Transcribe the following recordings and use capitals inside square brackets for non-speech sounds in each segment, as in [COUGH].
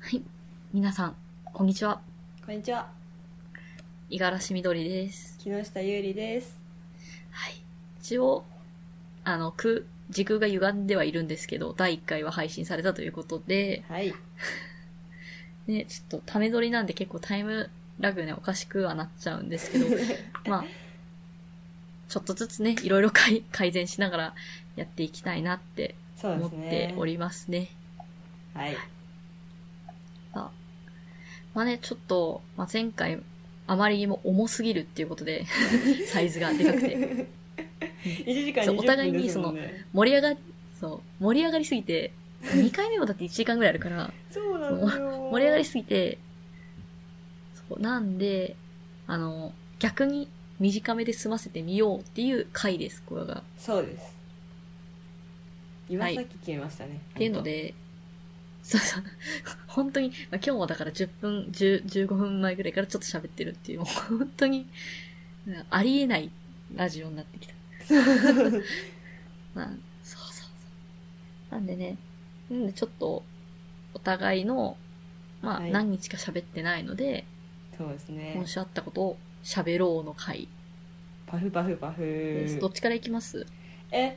はい。皆さん、こんにちは。こんにちは五十嵐みどりです。木下ゆうりですはい。一応、あの、く、時空が歪んではいるんですけど、第1回は配信されたということで、はい [LAUGHS] ね、ちょっと、ため撮りなんで結構タイムラグね、おかしくはなっちゃうんです [LAUGHS] けど、まあ、ちょっとずつね、いろいろ改改善しながらやっていきたいなってそうで思っすてねおりますね。はいまあね、ちょっと、まあ、前回、あまりにも重すぎるっていうこと [LAUGHS] で、サイズがでかくて。 [LAUGHS] 1時間そう20お互い分にですもんね盛り上が、そう、盛り上がりすぎて、2回目もだって1時間ぐらいあるから、そうなのよ盛り上がりすぎて、そう、なんで、あの、逆に短めで済ませてみようっていう回です、これが。そうです今はさっいき消えましたね、っていうので、そうそう、 [LAUGHS] 本当に、まあ、今日もだから10分、10 15分前ぐらいからちょっと喋ってるっていう、もう本当に、うんありえないラジオになってきた。そう [LAUGHS] まあ、そうそうそう。なんでね、なんでちょっと、お互いの、まあ、はい何日か喋ってないので、そうですね今週あったことを喋ろうの回パフパフパフです。どっちからいきますえ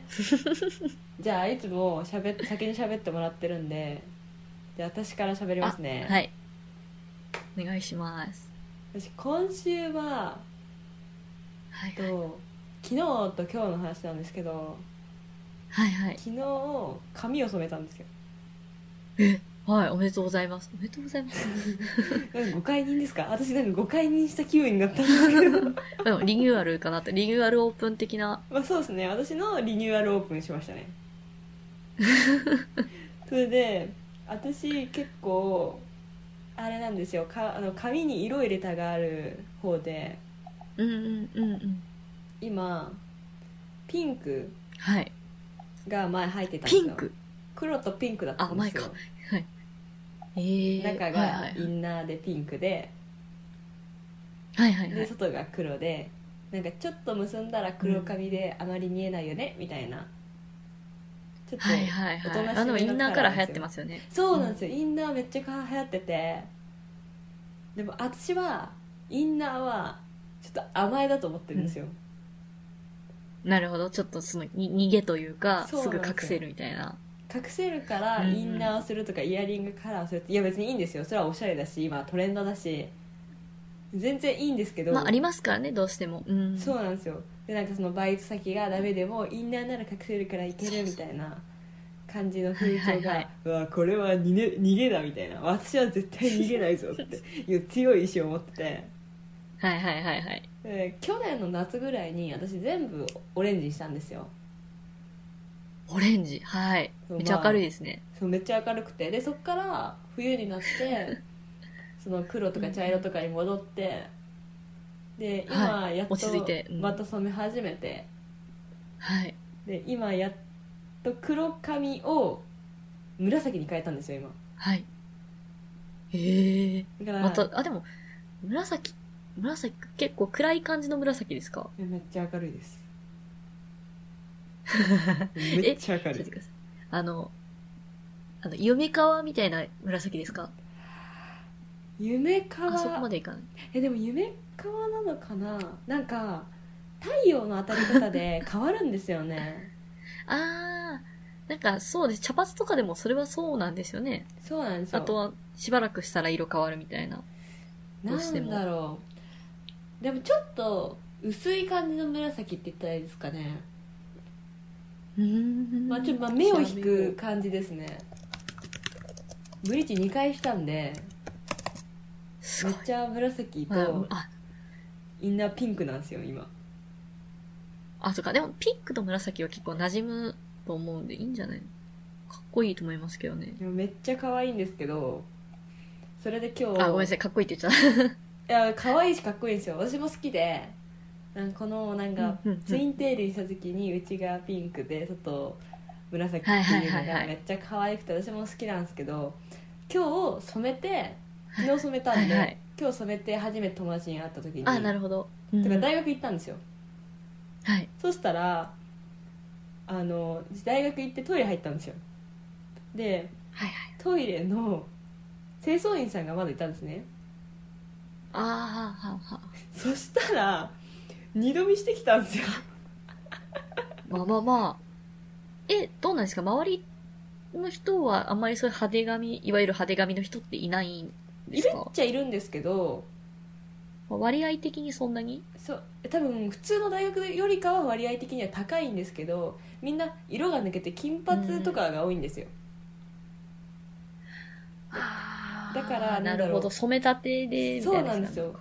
[LAUGHS] じゃあいつもしゃべ先に喋ってもらってるんでじゃあ私から喋りますねはい。お願いします。私今週ははいえっ。と昨日と今日の話なんですけどはいはい。昨日髪を染めたんですよはい、おめでとうございます。おめでとうござい [LAUGHS] ます。なんか誤解人ですか私なんか誤解人した気分になったんですけど [LAUGHS] でもリニューアルかなって、リニューアルオープン的な、まあそうですね私のリニューアルオープンしまし [LAUGHS] たねそれで私結構あれなんですよかあの髪に色入れたがある方でうんうんうんうん。今ピンクはい。が前入ってたんですピよンク黒とピンクだったんですよあえー。中はいがはいインナーでピンクで、はいはいはでい。外が黒でなんかちょっと結んだら黒髪であまり見えないよね、みたいなちょっと、はいはいはおとい。なしめのあの、インナーから流行ってますよね。そうなんですよ、インナーめっちゃ流行っててでも私はインナーはちょっと甘えだと思ってるんですよ、なるほど。ちょっとその、に逃げというか、そうすなんぐです隠よせるみたいな。隠せるからうんうんインナーをするとかイヤリングカラーをするっていや別にいいんですよそれはおしゃれだし今トレンドだし全然いいんですけど、まあ、ありますからね、どうしても。うん。そうなんですよでなんかそのバイト先がダメでもインナーなら隠せるからいけるみたいな感じの風潮が、はいはいはいうわこれは逃げ逃げだみたいな私は絶対逃げないぞ [LAUGHS] っていう強い意志を持っててはいはいはいはい。で去年の夏ぐらいに私全部オレンジにしたんですよオレンジ。はい。そうめっちゃ明るいですね。そうめっちゃ明るくてでそっから冬になって [LAUGHS] その黒とか茶色とかに戻ってで今やっと落ち着いてうんまた染め始めて、はい。で今やっと黒髪を紫に変えたんですよはい。へえ。今だからまた、あ、でも、紫、紫、結構暗い感じの紫ですかえめっちゃ明るいです [LAUGHS] えめっちゃ明教えるていください。あの、あの、夢川みたいな紫ですか夢あそこま川でいかない。えでも夢川なのかななんか太陽の当たり [LAUGHS] 方で変わるんですよねあー、なんかそうです。茶髪とかでもそれはそうなんですよね。そうなんですよあとは、しばらくしたら色変わるみたいな。どうなしてもんだろうでもちょっと薄い感じの紫って言ったらいいですかね、うんまあ、ちょっとまあ目を引く感じですねブリーチ2回したんですごめいっ。ちゃ紫あとあ、インナーピンクなんですよ今あ、そうか。でもピンクと紫は結構馴染むと思うんでいいんじゃないかっこいいと思いますけどね。でもめっちゃ可愛いんですけどそれで今日あ、ごめんなさい。かっこいいって言っちゃっいや可愛いしかっこいいんですよ私も好きでなんかこのなんた。かうんうんうんツインテールにした時に内側ピンクで外紫ってはいはいいうはいのはがいめっちゃ可愛くて私も好きなんですけど今日染めて昨日染めたんではいはい今日染めて初めて友達に会った時にあ、なるほど。うんだから大学行ったんですよはい。そしたらあの大学行ってトイレ入ったんですよではいはい。トイレの清掃員さんがまだいたんですねあーはんはんはんそしたら二度見してきたんですよまあまあまあ。え、どうなんですか周りの人はあんまりそういう派手髪、いわゆる派手髪の人っていないんでいするかっちゃいるんですけどまあ割合的にそんなにそう多分普通の大学よりかは割合的には高いんですけどみんな色が抜けて金髪とかが多いんですよ、だからななんだろうるほど。染めたてで、みたそういななんやでつすよ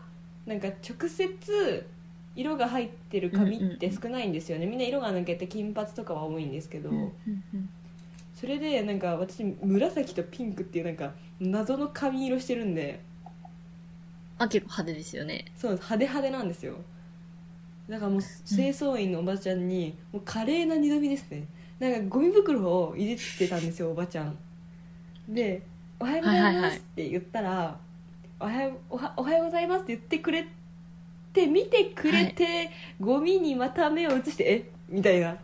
なんか直接色が入ってる髪って少ないんですよね、みんな色が抜けて金髪とかは多いんですけど、うんうんうんそれでなんか私紫とピンクっていうなんか謎の髪色してるんであ、結構派手ですよね。そうなんです派手派手なんですよだからもう清掃員のおばちゃんにもう華麗な二度見ですねなんかゴミ袋をいじってたんですよおばちゃんで「おはようございはいはまいはい」すって言ったら「おはようおはおはようございます」って言ってくれて見てくれて、ゴミにまた目を移して「えみたいな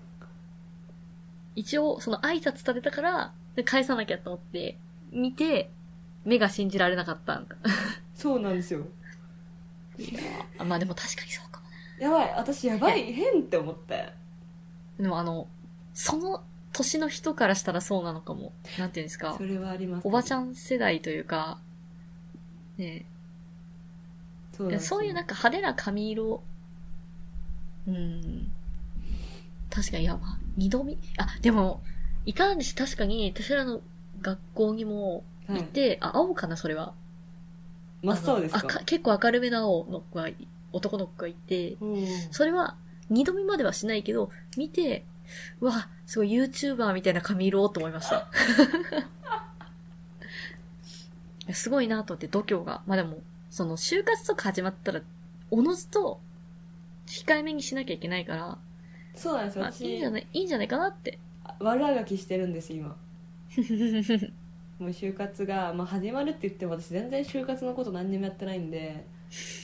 一応、その挨拶されたから、で返さなきゃと思って、見て、目が信じられなかったんだ。そうなんですよあまあでも確かにそうかもな。やばい私やばい変って思ってでもあの、その年の人からしたらそうなのかも。なんていうんですかそ。れはありますおばちゃんん世代というか、ねそうえなんですよそういうなんか派手な髪色、うん、確かに、いや、まあ、二度見、あ、でも、いたんです、確かに、私らの学校にもはいいて、あ、青かな、それは。真っ青ですあのか赤結構明るめの青の子が、男の子がいて、うんそれは、二度見まではしないけど、見て、うわ、すごい YouTuber みたいな髪色と思いま [LAUGHS] した。いやすごいなと思って、度胸が。まあでも、その、就活とか始まったら、おのずと、控えめにしなきゃいけないから、そうなんですよまあ、私いいんじゃない、いいんじゃないかなって。悪あがきしてるんです今もう就活が、まあ、始まるって言っても私全然就活のこと何にもやってないんで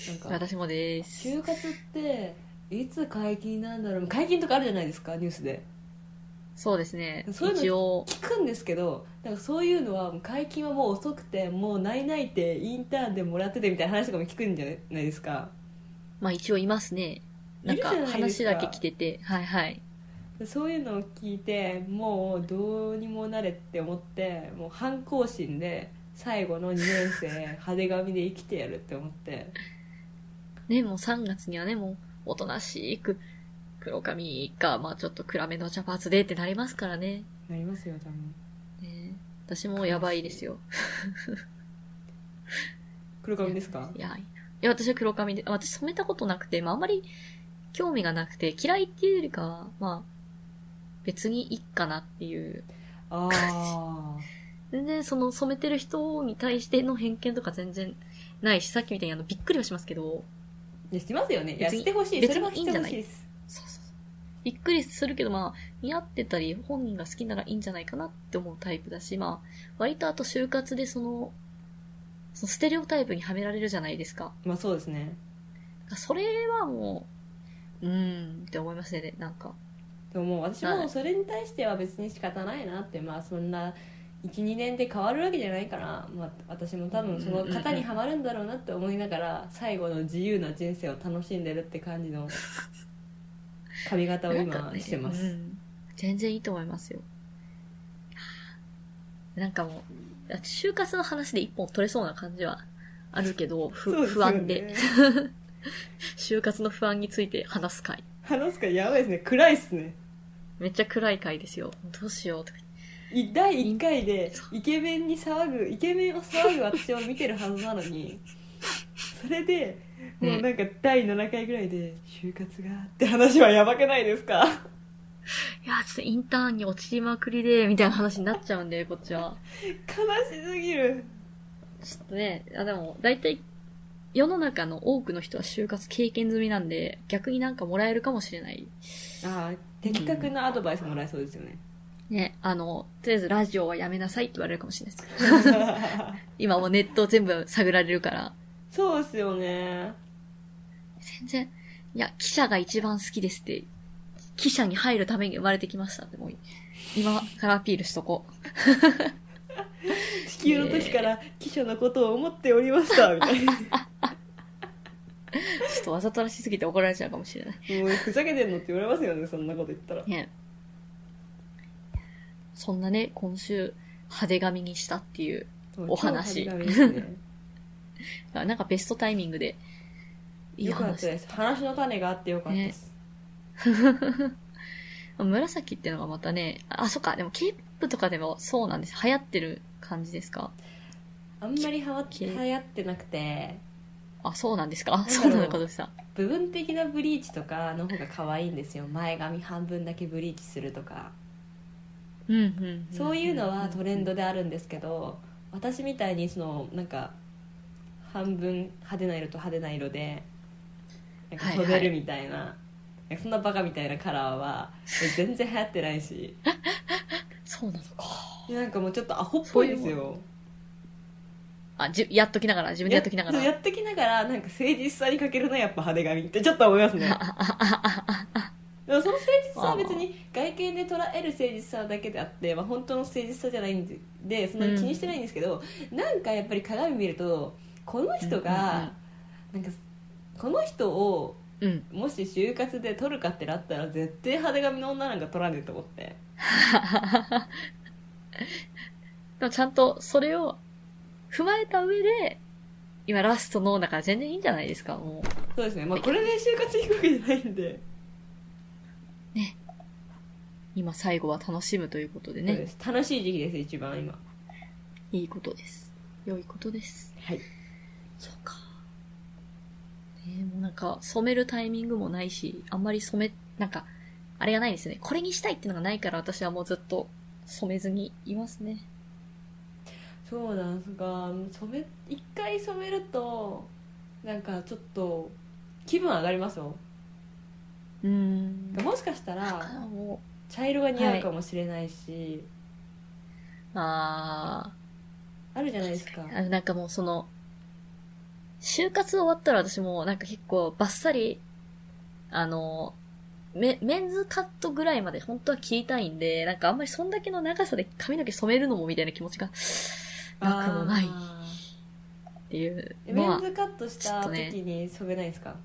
なんか私もです。就活っていつ解禁なんだろう解禁とかあるじゃないですかニュースでそうですね。そういうの一応、聞くんですけどなんかそういうのは解禁はもう遅くてもうないないってインターンでもらっててみたいな話とかも聞くんじゃないですかまあ一応いますね。なんかいるじゃ、ないです話かだけ来てて、はいはい。そういうのを聞いてもうどうにもなれって思ってもう反抗心で最後の2年生派手髪で生きてやるって思ってね、もう3月にはね、もう、おとなしく、黒髪か、まあちょっと暗めの茶髪でってなりますからね。なりますよ多分ね私もやばいですよ。黒髪ですかいや、いや、私は黒髪で、あ私染めたことなくて、まああんまり興味がなくて、嫌いっていうよりかは、まあ、別にいいかなっていう。ああ全然その染めてる人に対しての偏見とか全然ないし、さっきみたいにあの、びっくりはしますけど、いやしてますよねいや別にしてほしい別そにれはしていいんほしじいゃなですそうそうそう。びっくりするけど、まあ、似合ってたり、本人が好きならいいんじゃないかなって思うタイプだし、まあ、割とあと就活でその、そのステレオタイプにはめられるじゃないですか。まあそうですねそれはもう、うーんって思いますね、なんか。でももう私はもいそれに対しては別に仕方ないなってまあそんな12年で変わるわけじゃないから、まあ、私も多分その型にはまるんだろうなって思いながら最後の自由な人生を楽しんでるって感じの髪型をなん今かねしてます、うん全然いいと思いますよ。なんかもう、就活の話で一本取れそうな感じはあるけど、ふそうす不よね安で。就活の不安について話す回。話すからやばいですね暗いっすねめっちゃ暗い回ですよ。どうしようとか。い第1回でイケメンに騒ぐイケメンを騒ぐ私を見てるはずなのにそれでねもうなんか第7回ぐらいで「就活が」って話はやばくないですかいや、ちょっとインターンに落ちりまくりで、みたいな話になっちゃうんで、こっちは。悲しすぎるちょっとね、あでも、大体、世の中の多くの人は就活経験済みなんで、逆になんかもらえるかもしれない。ああ的確なアドバイスもらえそうですよね、 [LAUGHS] ね、あの、とりあえずラジオはやめなさいって言われるかもしれないです。今もうネット全部探られるから。そうですよね全然、いや、記者が一番好きですって、記者に入るために生まれてきましたって、もう、今からアピールしとこう。引き起用の時から記者のことを思っておりましたみた [LAUGHS] いなちょっとわざとらしすぎて怒られちゃうかもしれない。もうふざけてんのって言われますよねそんなこと言ったらね。そんなね、今週、派手髪にしたっていう。お話超張り紙です [LAUGHS] ねあなんかベストタイミングで、いいよかっ話たです話の種があってよかったです、紫ってのがまたね、あ、そっか、でも K-POP とかでもそうなんです。流行ってる感じですかあんまりはまき流行ってなくてあ、そうなんですかろうそうなのかどうした部分的なブリーチとかの方が可愛いんですよ前髪半分だけブリーチするとかうんうんん。そういうのはトレンドであるんですけど私みたいにそのなんか半分派手な色と派手な色でなんかはいはい飛べるみたいな,、なんかそんなバカみたいなカラ [LAUGHS] ーは全然流行ってないしそうなのか。いやなんかもうちょっとアホっぽいですそういうよあ、じゅ、やっときながら、自分でやっときながら。やっときながらなんか誠実さに欠けるなやっぱ派手髪ってちょっと思いますねでもその誠実さは別に外見で捉える誠実さだけであって、まあ、本当の誠実さじゃないんででそんなに気にしてないんですけど、なんかやっぱり鏡見るとこの人が、なんかこの人を [LAUGHS] うん。もし就活で取るかってなったら絶対派手髪の女なんか取らねえと思って [LAUGHS] でもちゃんと、それを、踏まえた上で、今ラストの、だから全然いいんじゃないですか、もう。そうですね、まあ、これで就活行くわけじゃないんで、今最後は楽しむということでそうねで。す楽しい時期です一番今いいことです。良いことです。はいそうか。ねえもうなんか、染めるタイミングもないし、あんまり染め、なんか、あれがないですね。これにしたいってのがないから私はもうずっと染めずにいますね。そうなんですが染め一回染めるとなんかちょっと気分上がりますようーん。もしかしたあらも茶色が似合うかもしれないし、う、ああるじゃないですかーあのなんかもうその、就活終わったら私もうなんか結構バッサリ、あの、メメンズカットぐらいまで本当は切りたいんで、なんかあんまりそんだけの長さで髪の毛染めるのもみたいな気持ちがなくもないっあていうーえのメはンズカットしちょったとね時に染めないですか、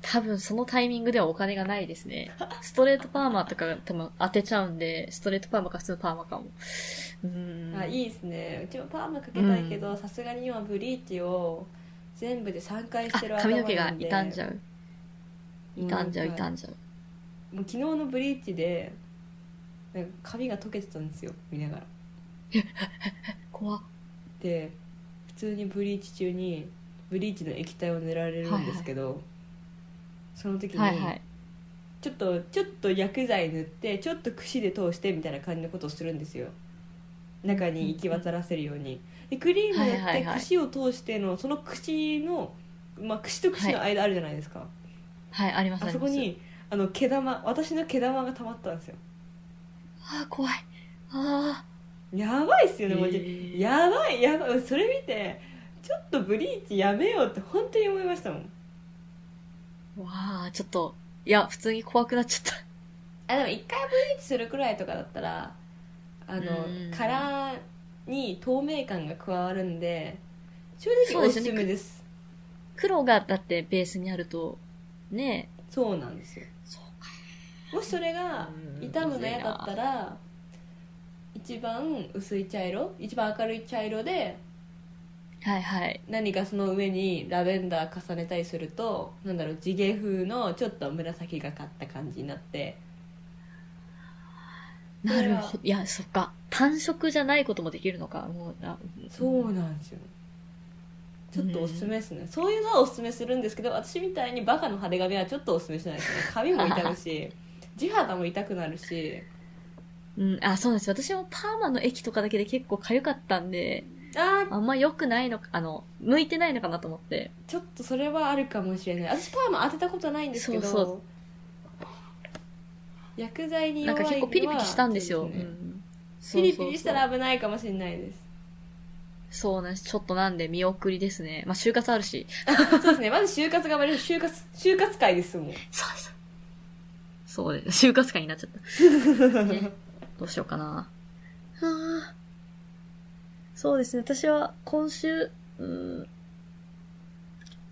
多分そのタイミングではお金がないですね。ストレートパーマとか多分当てちゃうんで、ストレートパーマか普通のパーマかも。うーん。あいいですねうちもパーマかけたいけどさすがに今ブリーチを全部で3回しあてる頭髪なんので毛が傷んじゃう。傷んじゃう、もうな傷かんじゃう。もう昨日のブリーチでなんか髪が溶けてたんですよ見ながら怖っで普通にブリーチ中にブリーチの液体を塗られるんですけど、その時に、はいはい。ちょっとちょっと薬剤塗ってちょっと櫛で通してみたいな感じのことをするんですよ中に行き渡らせるようにでクリーム塗はいはいってはい櫛を通してのその櫛の、まあ、櫛と櫛の間あるじゃないですか、はい、ありますあそこ。りますにあの毛玉私の毛玉が溜まったんですよあー、怖い。あやばいっすよね、へーマジでやばいやばいそれ見てちょっとブリーチやめようって本当に思いましたもんー。わあ、ちょっと、いや、普通に怖くなっちゃっあでも一回ブリーチするくらいとかだったらあのうんカラーに透明感が加わるんで正そ直うおですすよねすめですた。 [LAUGHS] 黒がだってベースにあると、ねそうなんですよえ。そうか。もしそれがうん傷むの嫌だったら一番薄い茶色一番明るい茶色ではいはい。何かその上にラベンダー重ねたりするとなんだろう地毛風のちょっと紫がかった感じになってなるほど。いや、そっか。単色じゃないこともできるのか。もう、あそうなんですよちょっとおすすめですね、そういうのはおすすめするんですけど私みたいにバカの派手髪はちょっとおすすめしないですね髪も痛 [LAUGHS] むし地肌も痛くなるしうん、あ、そうなんです。私もパーマの液とかだけで結構痒かったんで、あーあんま良くないのか、あの、向いてないのかなと思って。ちょっとそれはあるかもしれない私パーマ当てたことないんですけどそうそ薬剤になん弱いかの結は構ピリピリしたんですよ。そうねうんピリピリしたそうそうら危ないかもしれないでそうすそうなんです。ちょっとなんで見送りですね。まあ、就活あるし。そうですねまず就活が割れる就活就活会ですもんそうです。そうです。就活会になっちゃった。ねどうしようかな。はぁ。そうですね。私は今週、うーん、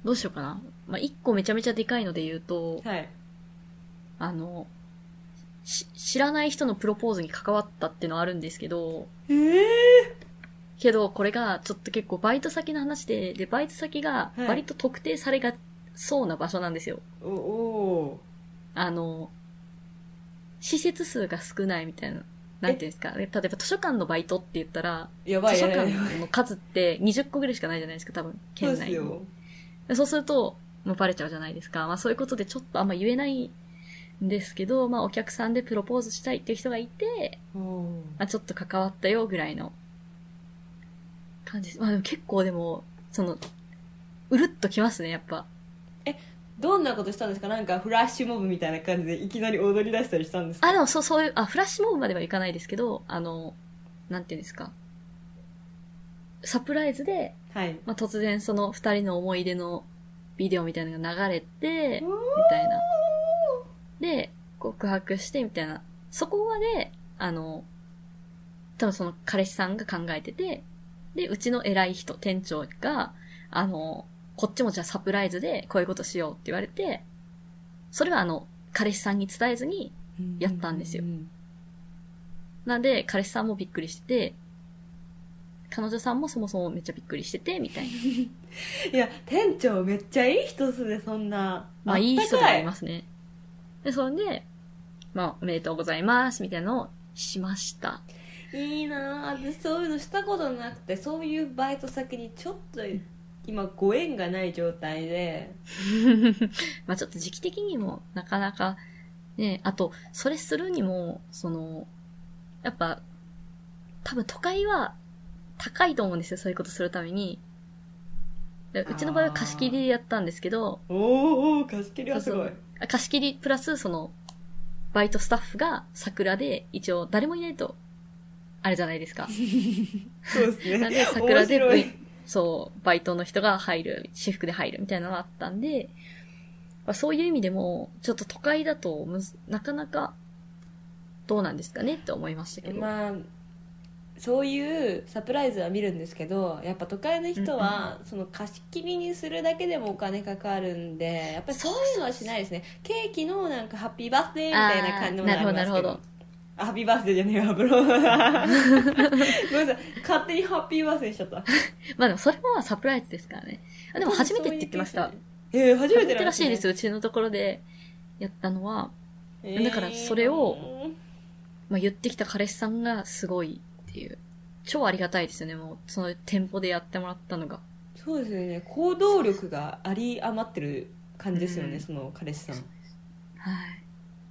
どうしようかな。まあ、一個めちゃめちゃでかいので言うと、はいあの、し知らない人のプロポーズに関わったっていうのはあるんですけど、ええけどこれがちょっと結構バイト先の話で、で、バイト先がはい割と特定されがそうな場所なんですよ。おおあの、施設数が少ないみたいな。なんていうんですか。例えば図書館のバイトって言ったら、ーやば図い書やばいやばい [LAUGHS] 館の数って20個ぐらいしかないじゃないですか、多分、そう県で内すに。よでそうすると、もうバレちゃうじゃないですか。まあそういうことでちょっとあんま言えないんですけど、まあお客さんでプロポーズしたいっていう人がいて、おーあ、ちょっと関わったよぐらいの感じです。まあでも結構でも、その、うるっときますね、やっぱ。どんなことしたんですかなんかフラッシュモブみたいな感じでいきなり踊り出したりしたんですかあ、でもそう、そういう、あ、フラッシュモブまではいかないですけど、あの、なんていうんですか。サプライズで、はいまあ突然その二人の思い出のビデオみたいなのが流れて、おーみたいな。で、告白してみたいな。そこまで、あの、多分その彼氏さんが考えてて、で、うちの偉い人、店長が、あの、こっちもじゃあサプライズでこういうことしようって言われて、それはあの、彼氏さんに伝えずに、やったんですようなんで彼氏さんもびっくりしてて、彼女さんもそもそもめっちゃびっくりしてて、みたいな。いや店長めっちゃいい人っすねそんなまあいい人ではありまますね。で、それで、まあおめでとうございます、みたいなのをしました。 [LAUGHS] すいいなあ私そういうのしたことなくてそういうバイト先にちょっと今ご縁がない状態でまあちょっと時期的にもなかなか、ね、あと、それするにも、その、やっぱ、多分都会は高いと思うんですよ、そういうことするために。でうちの場合は貸し切りでやったんですけど、おーおー貸し切りはすそうそごいうあ貸し切りプラスその、バイトスタッフが桜で、一応誰もいないと、あれじゃないです [LAUGHS] か。そうですなねんで桜で面白いそう、バイトの人が入る、私服で入るみたいなのがあったんで、まあ、そういう意味でも、ちょっと都会だとむず、なかなか、どうなんですかねって思いましたけど。まあそういうサプライズは見るんですけどやっぱ都会の人は、その貸し切りにするだけでもお金かかるんでやっぱりそういうのはしないですねケーキのなんかハッピーバースデーみたいな感じのものありあーなるほどますけどなるほどあハッピーバースデーじゃねえわブロごめんなさい勝手にハッピーバースデーしちゃったまあでもそれもサプライズですからね。あでも初めてって言ってました。そういうケースねえー、初初めめててらしいですよ、よ、うちのところでやったのは。だからそれをまあ、言ってきた彼氏さんがすごいっていう。超ありがたいですよね、もう。その店舗でやってもらったのが。そうですよね行動力があり余ってる感じですよね、うんその彼氏さんはい。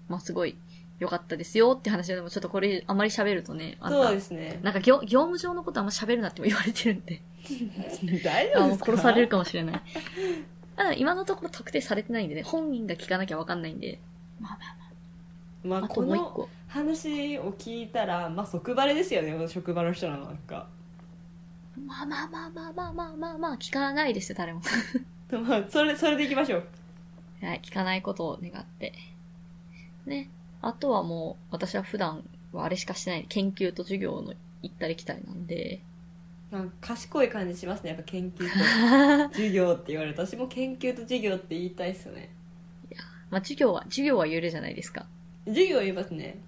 まあ、すごい良かったですよって話でも、ちょっとこれあまり喋るとね、あんそうたですねなんか業業務上のことあんま喋るなっても言われてるんで、 [LAUGHS] 大あ丈夫もでうすか殺されるかもしれない。ただ今のところ特定されてないんでね、本人が聞かなきゃわかんないんで、まああとこもう一の個。話を聞いたら、まあ、即バレですよねこの職場の人なのなんか、まあまあまあまあまあまあまあまあ、聞かないですよ、誰も。まあ、それそれでいきましょうはい、聞かないことを願って。ね。あとはもう、私は普段はあれしかしてない。研究と授業の行ったり来たりなんで。なんか賢い感じしますねやっぱ研究 [LAUGHS] と授業って言われる私も研究と授業って言いたいっすよねまあ、授業は、授業は揺れじゃないですか。授業言いますね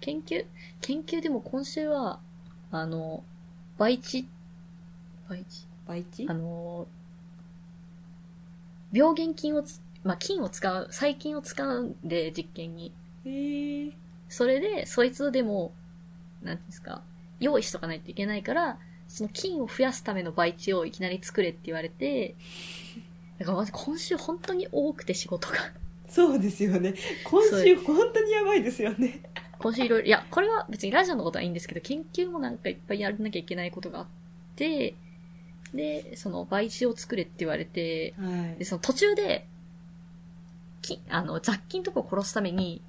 研究研究でも今週は、あの、倍地、倍地倍地あの、病原菌をつ、まあ、菌を使う、細菌を使うんで、実験に。へーそれで、そいつをでも、なんていうんですか、用意しとかないといけないから、その菌を増やすための培地をいきなり作れって言われて、だから私今週本当に多くて仕事が。 [LAUGHS] そうですよね今週本当にやばいですよね今週いろいろ、いや、これは別にラジオのことはいいんですけど、研究もなんかいっぱいやらなきゃいけないことがあって、で、その培地を作れって言われて、はで、その途中で、きあの、雑菌とかを殺すために、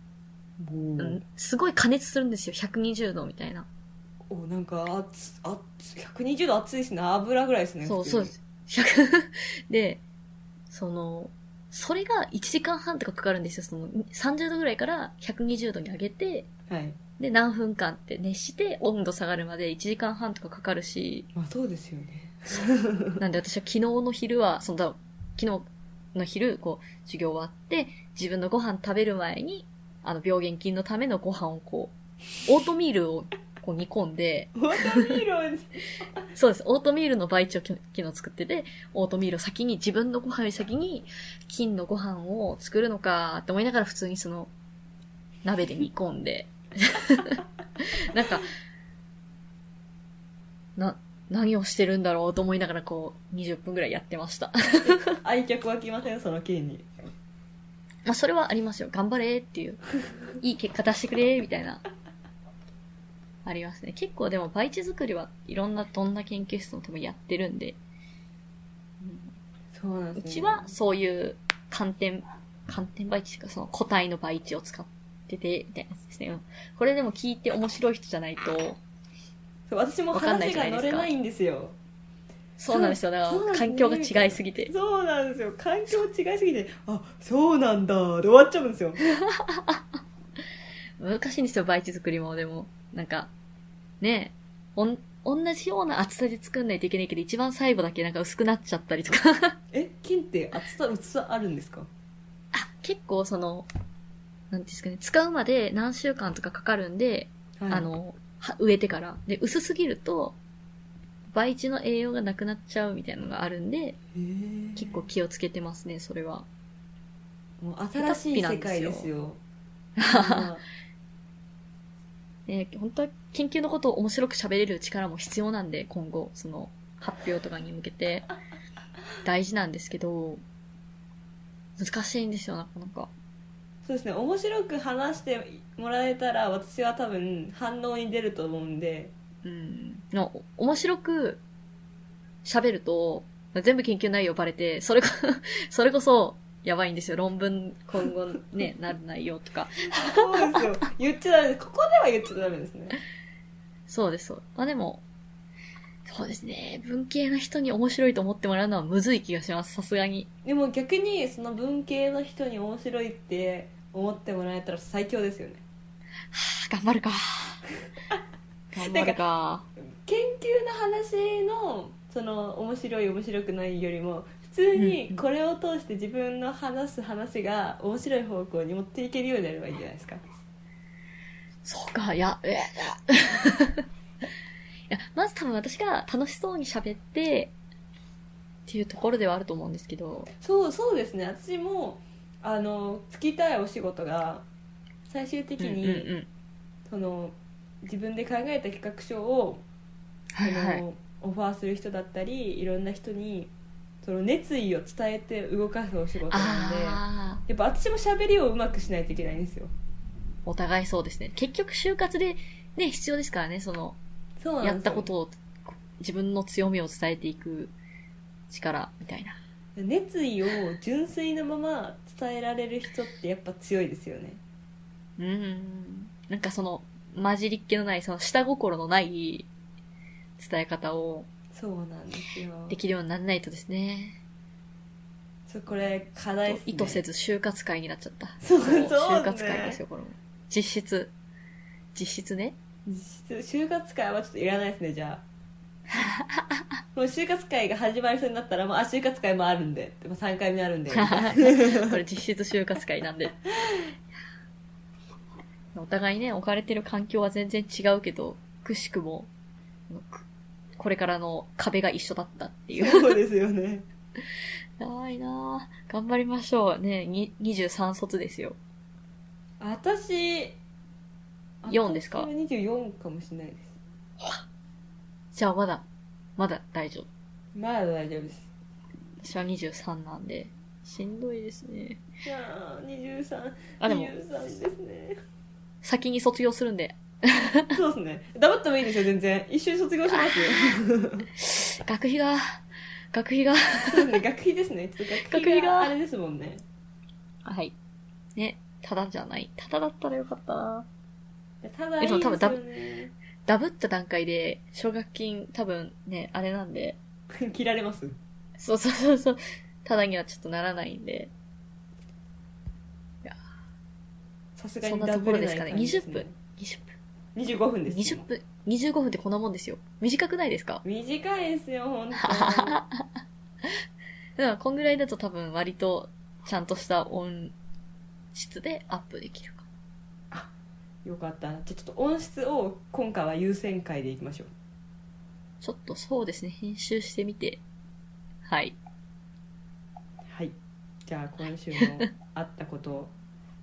いうんすごい加熱するんですよ。120度みたいな。おなんか熱熱120度熱いですね油ぐらいですねそう、普そ通うにです。 [LAUGHS] で、その、それが1時間半とかかかるんですよ。その30度ぐらいから120度に上げて、はいで、何分間って熱して温度下がるまで1時間半とかかかるし、まあそうですよね [LAUGHS] なんで私は昨日の昼は、そのだ、昨日の昼、こう、授業終わって、自分のご飯食べる前に、あの、病原菌のためのご飯をこう、オートミールをこう煮込んで、オートミールをそうです。オートミールの培地をき昨日作ってて、オートミールを先に、自分のご飯より先に、菌のご飯を作るのかって思いながら普通にその、鍋で煮込んで。 [LAUGHS] なんか、な、何をしてるんだろうと思いながらこう、20分ぐらいやってました。 [LAUGHS] 愛着湧きませんその件にまあそれはありますよ。頑張れっていう。いい結果出してくれみたいな。ありますね。結構でも培地作りはいろんなどんな研究室も多分やってるんで、そうなんうです、ね、ちはそういう寒天、寒天培地というかその個体の培地を使ってて、みたいなやつですね。うんこれでも聞いて面白い人じゃないと、そう私もわかんない話じゃないがで乗すかれないんですよそうなんですよ。だかそうなんらですね環境が違いすぎて。そうなんですよ環境違いすぎてあそうなんだで終わっちゃうんですよ難しいんですよ、培地作りも。でも、なんか、ねえ、おん、同じような厚さで作んないといけないけど、一番最後だけなんか薄くなっちゃったりとか。 [LAUGHS] え金って厚さ薄さあるんですかあ、結構その、なんていうんですかね、使うまで何週間とかかかるんで、はいあの、は植えてから。で、薄すぎると、培地の栄養がなくなっちゃうみたいなのがあるんで、へー結構気をつけてますね、それは。もう新しい世界ですよで、本当は研究のことを面白く喋れる力も必要なんで、今後、その、発表とかに向けて、大事なんですけど、難しいんですよ、なかなか。 [LAUGHS] そうですね面白く話してもらえたら私は多分反応に出ると思うんでうん。の、面白く喋ると、全部研究内容バレて、それこ、 [LAUGHS] それこそ、やばいんですよ。論文、今後ね、なる内容とか。そうですよ言っちゃダメですここでは言っちゃダメですねそうです、そう。まあでも、そうですね。文系の人に面白いと思ってもらうのはむずい気がします、さすがに。でも逆にその文系の人に面白いって思ってもらえたら最強ですよねはあ頑張る [LAUGHS] か。頑張るか。研究の話のその面白い面白くないよりも普通うんうんにこれを通して自分の話す話が面白い方向に持っていけるようになればいいんじゃないですかそうか、いや、えーい [LAUGHS] やいや、まず多分私が楽しそうに喋って、っていうところではあると思うんですけど、そうそうですね私もあのつきたいお仕事が最終的に、うんうんうんその自分で考えた企画書を、はいはあい。のオファーする人だったりいろんな人にその熱意を伝えて動かすお仕事なんでああ、やっぱ私も喋りをうまくしないといけないんですよお互いそうですね。結局就活でね、必要ですからね、その、そうなんですやよったことを、自分の強みを伝えていく力みたいな。熱意を純粋なまま伝えられる人ってやっぱ強いですよねうーん。なんかその、混じりっ気のない、その下心のない伝え方をそうなんですよできるようにならないとですね。そうこれ課題です、ね、意図せず就活会になっちゃった。 [LAUGHS] そうそうね就活会ですよ、これも。実質。実質ね。実質就活会はちょっといらないですねじ [LAUGHS] ゃあもう就活会が始まりそうになったらもうあ就活会もあるんででも3回目あるん [LAUGHS] で [LAUGHS] これ実質就活会なんで。お互いね、置かれてる環境は全然違うけど、くしくも、あのくこれからの壁が一緒だったっていう。そうですよねやばいなぁ頑張りましょう。ねに23卒ですよ。私4ですか私は24かもしれないですじゃあまだ、まだ大丈夫。まだ大丈夫です私は23なんで、しんどいですね。いやー23あ、でも、 23ですね先に卒業するんで、そうですね黙ってもいいですよ全然一緒に卒業 [LAUGHS] しますよ学費が、学費が、そうですね学費ですねちょっと学学費費ががあれですもんねはい。ね、ただじゃない。ただだったらよかったなぁただいいですでもよ多ねダブった段階で、奨学金多分ね、あれなんで、 [LAUGHS] 切られますそうそうそうそう、ただにはちょっとならないんで、さすがそにんなダとこブろでれなすいかね感じです20分20分。 25分ですよ20分、25分ってこんなもんですよ。短くないですか短いですよ本当にだから、こんぐらいだと多分割と、ちゃんとした音質でアップできるか。 [LAUGHS] よかったじゃあちょっと音質を今回は優先回でいきましょうちょっとそうですね、編集してみて。はい。はいじゃあ今週のあったこと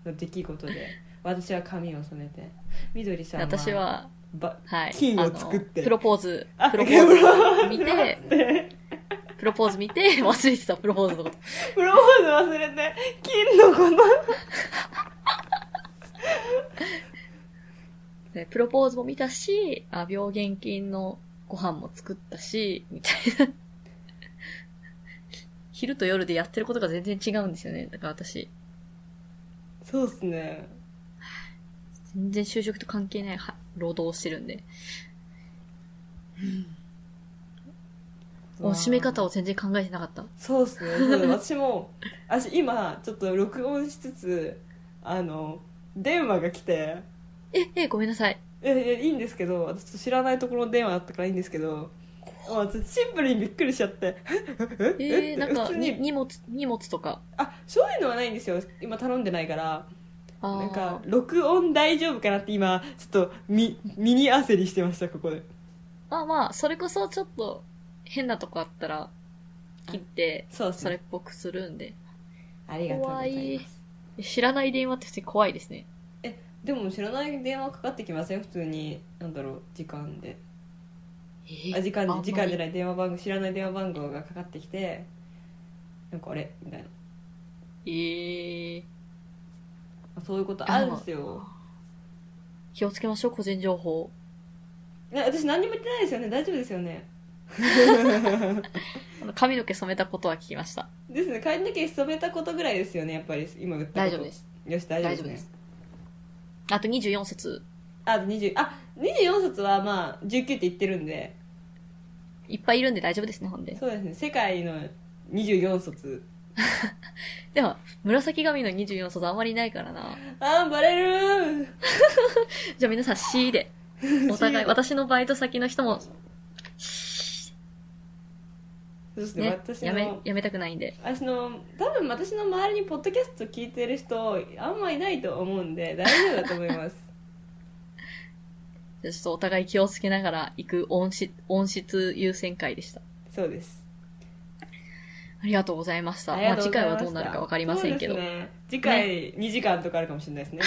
の出来事で私は髪を染めてみどりさんは私は、ばはい。金を作ってあのプロポーズあ、プロポーズを見 [LAUGHS] プロポて、ーズプロポーズ見て、忘れてた、プロポーズのこと。プロポーズ忘れて金の粉でプロポーズも見たし、あ、病原菌のご飯も作ったし、みたいな。 [LAUGHS] 昼と夜でやってることが全然違うんですよね。だから私、そうっすね全然就職と関係ないは労働をしてるんで、お締め方を全然考えてなかった。そうっすねそう私も私今ちょっと録音しつつあの電話が来てえ、え、ごめんなさい。いやいやいいんですけど私ちょっと知らないところの電話だったからいいんですけどもう私シンプルにびっくりしちゃってええー、なんか、普通にに荷物、荷物とか。あそういうのはないんですよ今頼んでないからあーなんか録音大丈夫かなって今ちょっとみミニ焦りしてましたここでまあまあ、それこそちょっと変なとこあったら切って、そうそれっぽくするんで。ありがとうござ怖いいます知らない電話って普通に怖いですね。でも知らない電話かかってきません普通になんだろう時間でえーあ時間あんまでり時間じゃない電話番号知らない電話番号がかかってきてなんかあれみたいなえーそういうことあるんですよ気をつけましょう、個人情報。ね私何にも言ってないですよね大丈夫ですよねあの髪の毛染めたことは聞きました。ですね帰り抜け染めたことぐらいですよねやっぱり今言った大こと丈夫です。よし大丈夫大です,、ね、丈夫ですあと24節、あ20あ24冊はまあ19って言ってるんでいっぱいいるんで大丈夫ですね、ほんで。そうですね世界の24冊でも、紫髪の24卒あんまりないからな。あーバレるじゃあ皆さん C [LAUGHS] で。ーお互い、私のバイト先の人も、そうですねね、私やめの、やめたくないんで。私の多分私の周りにポッドキャスト聞いてる人あんまいないと思うんで大丈夫だと思います [LAUGHS] じゃあちょっとお互い気をつけながら行く音質、音質優先会でした。そうですありがとうございました。あまりがあとう次ござい回まはしたどうなるかわかりませんけど、そうですね、次回2時間とかあるかもしれないですね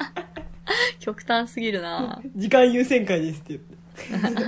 [LAUGHS] 極端すぎるな時間優先会ですって言って